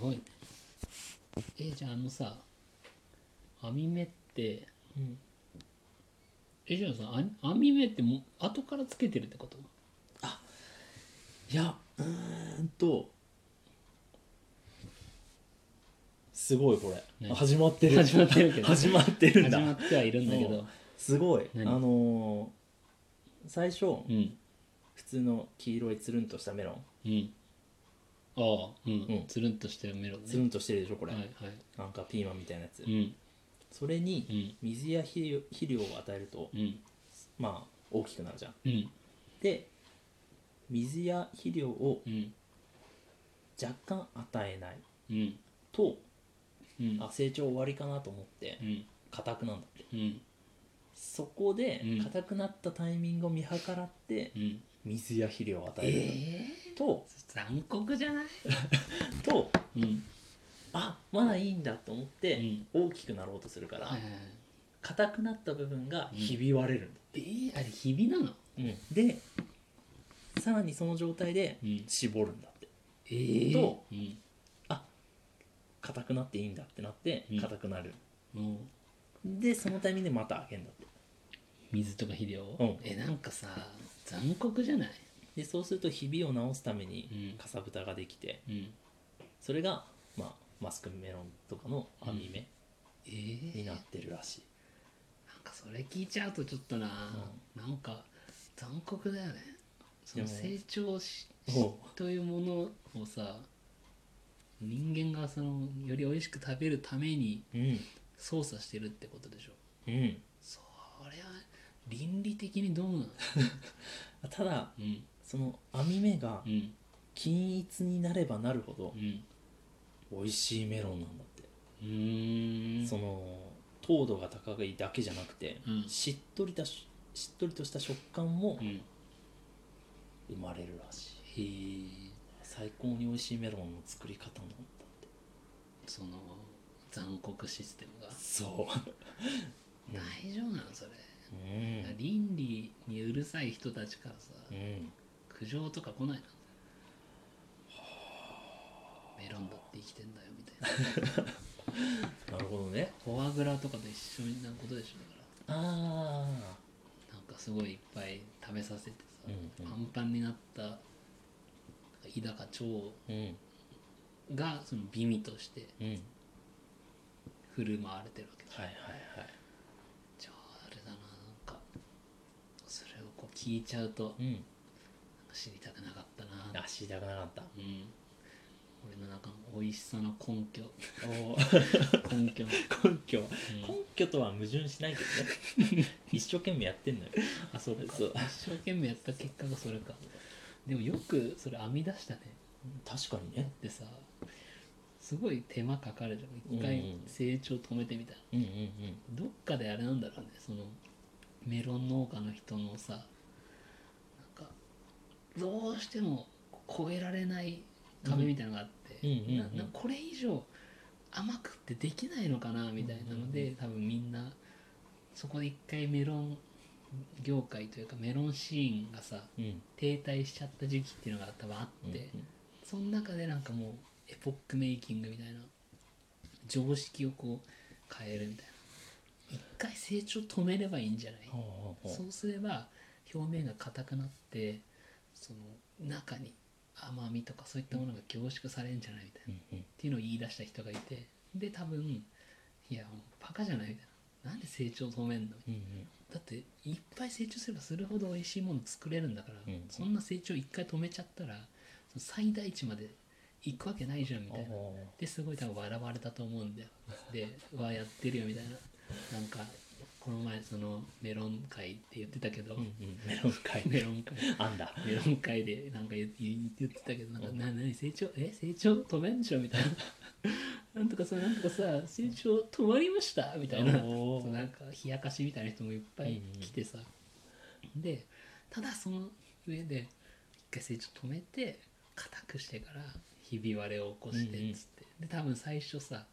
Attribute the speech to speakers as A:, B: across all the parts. A: ごいねえじゃああのさ網目って
B: うん
A: えじゃあさあ網目ってもう後からつけてるってこと
B: いやうーんとすごいこれ、
A: ね
B: 始まってる
A: 始まってるけど
B: 始まってるん
A: 始
B: だ
A: まってはいるんだけ
B: う
A: ど
B: んすごいあ
A: 何
B: のー最初、
A: うん
B: 普通の黄色いつるんとしたメロン
A: うんああうん、
B: うん
A: つるんとしたメロンね
B: つるんとしてるでしょこれ、
A: はいはい
B: なんかピーマンみたいなやつ、
A: うん
B: それ
A: う
B: に
A: ん
B: 水や肥料肥料を与えると、
A: うん
B: まあ大きくなるじゃん
A: うん
B: で水や肥料を
A: うん
B: 若干与えない
A: うん
B: と、
A: うん
B: あ成長終わりかなと思って
A: うん
B: 硬くなんだっ
A: う
B: て
A: ん
B: そこで
A: うん
B: 硬くなったタイミングを見計らって
A: うん
B: 水や肥料を与える、
A: え
B: と
A: ー、残酷じゃない
B: と
A: うん
B: あまだいいんだと思って大きくなろうとするから
A: はいはいはい
B: 硬、くなった部分がひび割れるんだ、
A: えー、あれひびなの
B: でさらにその状態で
A: うん
B: 絞るんだって
A: えー、
B: と
A: うん
B: 硬くなっていいんだってなって
A: うん
B: 硬くなる、
A: もう
B: でそのタイミングでまた開けんだって
A: 水とか肥料、
B: うん
A: えなんかさ残酷じゃない
B: でそうするとひびを治すため
A: う
B: に
A: ん
B: かさぶたができて
A: うん
B: それが、まあ、マスクメロンとかの網目
A: え
B: に
A: ー、
B: な
A: なん
B: ってるらしい、
A: かそれ聞いちゃうとちょっとな、なんか残酷だよねその
B: でも
A: 成長し
B: お
A: というものをさ人間がそのより美味しく食べるために
B: ううん
A: 操作してるってことでしょ
B: うん
A: それは倫理的にどうなの
B: ただ
A: うん
B: その網目が
A: うん
B: 均一になればなるほど
A: うん
B: 美味しいメロンなんだって、
A: うーん
B: その糖度が高いだけじゃなくて、
A: うん
B: しっとりたししっとりとした食感も
A: うんへ
B: 生まれるらしい
A: え
B: 最高に美味しいメロンの作り方なんだって
A: その残酷システムが
B: そう
A: 大丈夫なのそれ、
B: うん
A: 倫理にうるさい人たちからさ、
B: うん
A: 苦情とか来ないのメロンだって生きてんだよみたいな
B: なるほどね
A: フォアグラとかと一緒なことでしょだか
B: ああ
A: らなんかすごいいっぱい食べさせてさ、
B: うんうん
A: パンパンになったなんか胃だか腸
B: うん
A: がその美味として
B: うんはい
A: 振る舞われてるわけ
B: はいはい
A: じゃああれだななんかそれをこう聞いちゃうと、
B: うん
A: 知りたくなかったな
B: あ知りたくなかった
A: うん俺の中の美味しさの根拠
B: お
A: 根拠
B: 根拠、根拠とは矛盾しないけど ね一生懸命やってんのよ
A: あそうか
B: そう
A: 一生懸命やった結果がそれかでもよくそれ編み出したね
B: 確かにね
A: でさすごい手間かかるじゃん一回
B: うん
A: 成長止めてみたら、
B: うんうん
A: どっかであれなんだろうねそのメロン農家の人のさなんかどうしても超えられない壁みたいなのがあって、
B: うんうんうん
A: な
B: うん
A: なこれ以上甘くってできないのかなみたいなので、多分みんなそこで一回メロン業界というかメロンシーンがさ
B: うんうん
A: 停滞しちゃった時期っていうのが多分あって、その中でなんかもうエポックメイキングみたいな常識をこう変えるみたいな一回成長止めればいいんじゃない
B: ほうほうほう
A: そうすれば表面が硬くなってその中に甘みとかそういったものが凝縮されるんじゃないみたいな、
B: う
A: っ
B: んうん
A: ていうのを言い出した人がいてで多分いやもうバカじゃないみたいななんで成長止めんの
B: うんうん
A: だっていっぱい成長すればするほど美味しいもの作れるんだから、
B: うん
A: そんな成長一回止めちゃったらその最大値まで行くわけないじゃんみたいな
B: おー
A: ですごい多分笑われたと思うんだよで「うわやってるよ」みたいななんかこの前そのメロン会って言ってたけど、
B: うんうんメロン会
A: メロン会
B: あんだ
A: メロン会でなんか言って言ってたけどなんか「な何成長え成長止めんでしょ」みたいな「なんとかさなんとかさ成長止まりました」みたいな
B: おー
A: そうなんか冷やかしみたいな人もいっぱい来てさ、でただその上で一回成長止めて硬くしてからひび割れを起こして
B: うんうん
A: っつって、で多分最初さ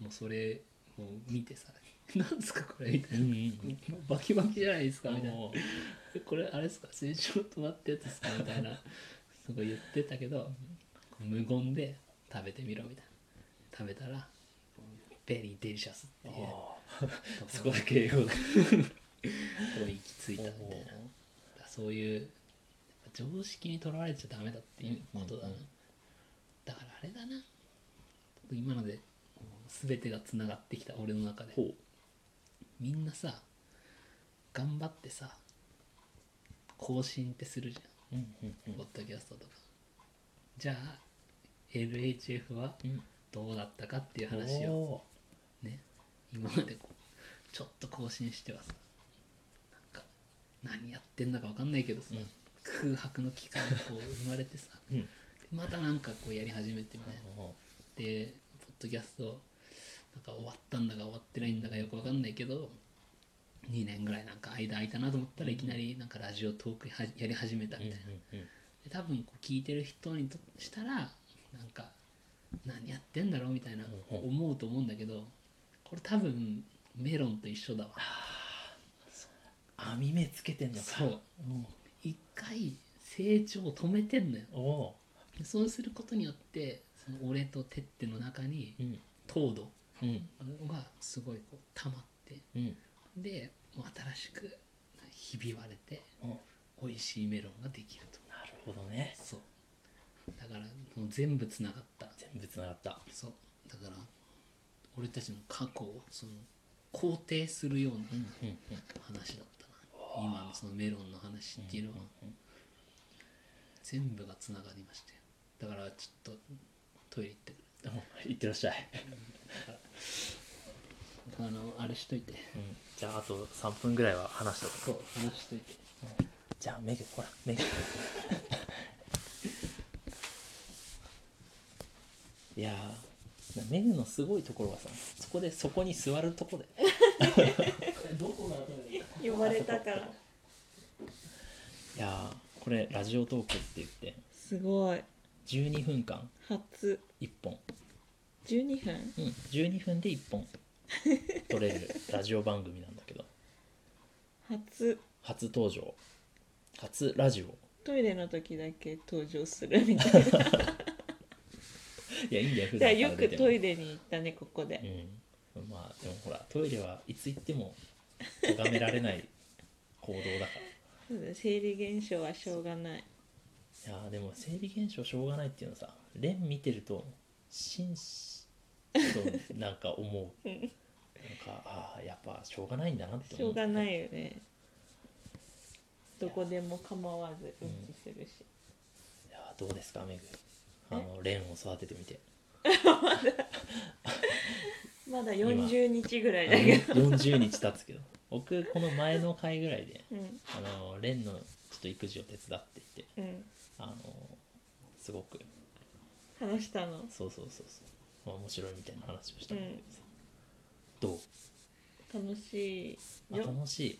A: もうそれを見てさ 「なんですかこれ」みたいな。
B: うんうん
A: バキバキじゃないですかみたいな
B: おー
A: えこれあれですか成長止まったやつですかみたいなすごい言ってたけど無言で食べてみろみたいな食べたら「ベリーデリシャス」っていうとこ
B: ああそこだけ英語で
A: ろに行き着いたみたいなそういうやっぱ常識にとらわれちゃダメだっていうことだな、
B: うんうんう
A: だからあれだな今のでこう全てがつながってきた俺の中で
B: ほう
A: みんなさ頑張ってさ更新ってするじゃ
B: うんうんうん
A: んポッドキャストとかじゃあ LHF は
B: うん
A: どうだったかっていう話を
B: お
A: ね今までこうちょっと更新してはさなんか何やってんだか分かんないけどさ、
B: うん
A: 空白の期間がこう生まれてさ
B: ーうん
A: またなんかこうやり始めてみたいな
B: おー
A: でポッドキャストなんか終わったんだか終わってないんだかよく分かんないけど2年ぐらいなんか間空いたなと思ったらいきなりなんかラジオトークはやり始めた
B: う
A: み
B: ん
A: た
B: う
A: い
B: ん
A: な、
B: うん
A: で多分こう聞いてる人にとしたらなんか何やってんだろうみたいな
B: うんうん
A: 思うと思うんだけどこれ多分メロンと一緒だわ
B: 網目つけてんのか
A: そう
B: うん
A: 一回成長を止めてんのよ
B: お
A: でそうすることによってその俺とてっての中に
B: ーうん
A: 糖度
B: うん
A: がすごいこう溜まって
B: うん
A: でもう新しくひび割れて
B: お
A: 美味しいメロンができると
B: なるほどね
A: そうだからもう全部つながった
B: 全部つながった
A: そうだから俺たちの過去をその肯定するような
B: うんうんうん
A: 話だったな、今のそのメロンの話っていうのは
B: うんうんうん
A: 全部がつながりましたよだからちょっとトイレ行ってく
B: おいってらっしゃい、
A: るあのあれしといて
B: うん、じゃああと3分ぐらいは話した
A: そう話しといて
B: じゃあメグほらメグ いやーメグのすごいところはさそこでそこに座るとこで
A: どこがトイレ
C: 呼ばれたから
B: いやーこれラジオトークって言って
C: すごい
B: 12分間
C: 初
B: 1本
C: 12分
B: うん12分で1本撮れるラジオ番組なんだけど
C: 初
B: 初登場初ラジオ
C: トイレの時だけ登場するみたいな
B: いやいいんだよ普
C: じゃあよ
B: から
C: く
B: 出ても
C: トイレに行ったねここで
B: うん、まあでもほらトイレはいつ行っても咎められない行動だか
C: そうだ生理現象はしょうがない
B: らいやーでも生理現象しょうがないっていうのさレン見てると真摯となんか思 うなんかああやっぱしょうがないんだなって
C: し
B: 思
C: ょ
B: う
C: うがないよねどこでも構わずうんちするし、
B: いやーどうですかメグあのレンを育ててみ て
C: まだ40日ぐらいだけど、
B: 40日経つけど僕この前の回ぐらいで
C: うん
B: あのレンのちょっと育児を手伝っていて
C: うん、
B: あのすごく
C: 話したの
B: そうそうそうそう、まあ、面白いみたいな話をしたんだけどさ、どう
C: 楽しい
B: あ
C: よ
B: 楽し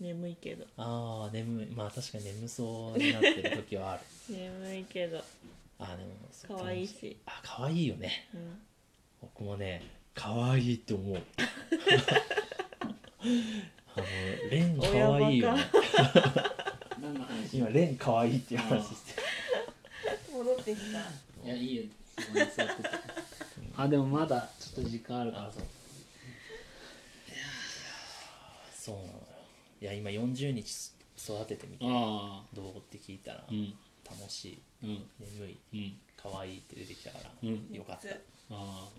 B: い
C: 眠いけど
B: ああ眠いまあ確かに眠そうになってる時はある
C: 眠いけど
B: あーでもそう
C: 可愛い
B: 楽
C: し、
B: あ可愛いよね
C: うん、
B: 僕もね可愛いって思うあのレン可愛いよね
A: 何の話い
B: 今レン可愛いっていう話して
C: 戻ってきた
A: やいいよそこに座っててあでもまだちょっと時間あるから
B: あ
A: さ
B: そうそうなのよいや今40日育ててみて
A: あ
B: どうって聞いたら
A: あうん
B: 楽しい
A: うん
B: 眠い
A: うん
B: 可愛いって出てきたから、
A: うん
B: よかったあ
A: あ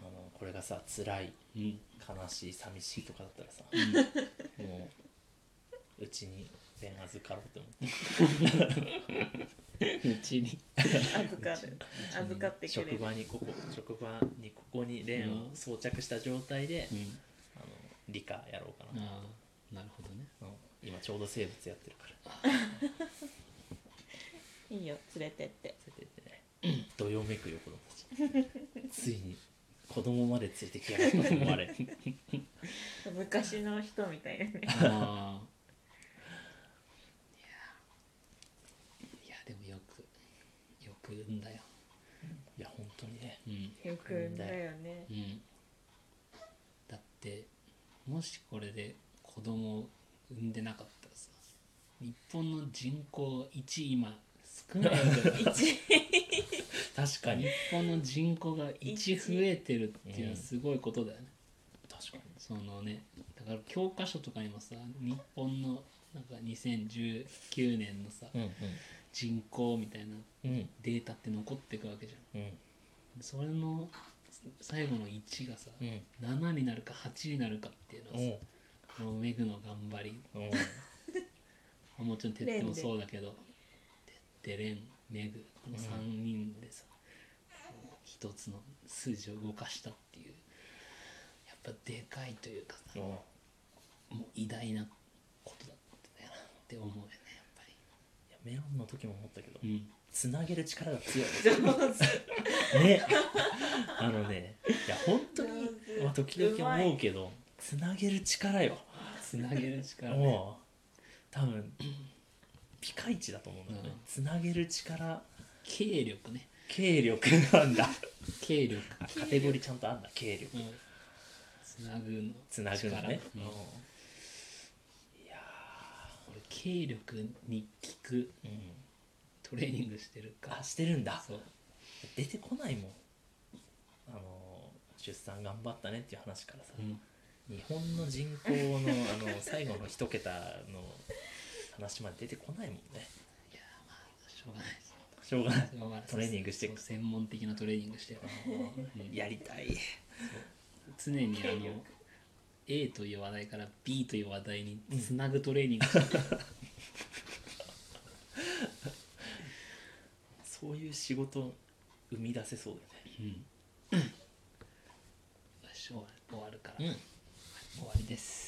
A: あ
B: のこれがさ辛い
A: うん
B: 悲しい寂しいとかだったらさ、もううちに便預かろうって思って
A: うちに
C: 預か る預かってくれ
B: 職
C: る
B: 場にここ職場にここにレーンを装着した状態で、
A: うん
B: あの理科やろうかな、
A: ああなるほどね
B: うん今ちょうど生物やってるから
C: いいよ連れてって
B: そうやって言ってねどよめくよ子供たちついに子供まで連れてきやがったと思われる
C: 昔の人みたいなね
A: ああいやいやでもよくよく産んだよ
B: いや本当にね
A: うん
C: よく産んだよね
A: うんだってもしこれで子供を産んでなかったらさ日本の人口1位今少ないわけだよ
C: 一
B: 確確かに
A: 日本の人口が1増えてるっていうのはすごいことだよね、
B: 確かに
A: そのねだから教科書とかにもさ日本のなんか2019年のさ、
B: うん
A: 人口みたいな
B: うん
A: データって残っていくわけじゃん
B: うん
A: それの最後の1がさ、
B: うん
A: 7になるか8になるかっていうのは
B: うん
A: さ、このメグの頑張り
B: うん
A: もちろんテッテもそうだけどテッテレンメグこの3人でさ、もう一つの数字を動かしたっていうやっぱでかいというかさ、
B: うん
A: もう偉大なことだったよなって思うよねやっぱ
B: いやメロンの時も思ったけど、
A: りうん
B: つなげる力が強い
C: 上手
B: ねあのねいや本当に、
C: 上手
B: まあ、時々思うけどつなげる力よ
A: つなげる力ね
B: もう多分ピカイチだと思うんだよね、
A: うん
B: つなげる力
A: 経力ね
B: 軽力なんだ
A: 経力
B: あカテゴリーちゃんとあんだ軽力
A: うんつなぐの
B: つなぐのね、
A: 力うん
B: うん
A: 俺経力に効く
B: うん
A: トレーニングしてるか
B: あしてるんだ
A: そう
B: 出てこないもんあの出産頑張ったねっていう話からさ、
A: うん
B: 日本の人口のあの最後の一桁の話まで出てこないもんね
A: いやまあしょうがないです
B: しょうがない
A: しょうがない
B: トレーニングしていく
A: そう専門的なトレーニングしてるうん
B: やりたい
A: 常にあ
C: 経
A: の A という話題から B という話題につなぐトレーニングしてる、
B: そういう仕事生み出せそう
A: うん、よし終わる終わるから、
B: だよね
A: 終わりです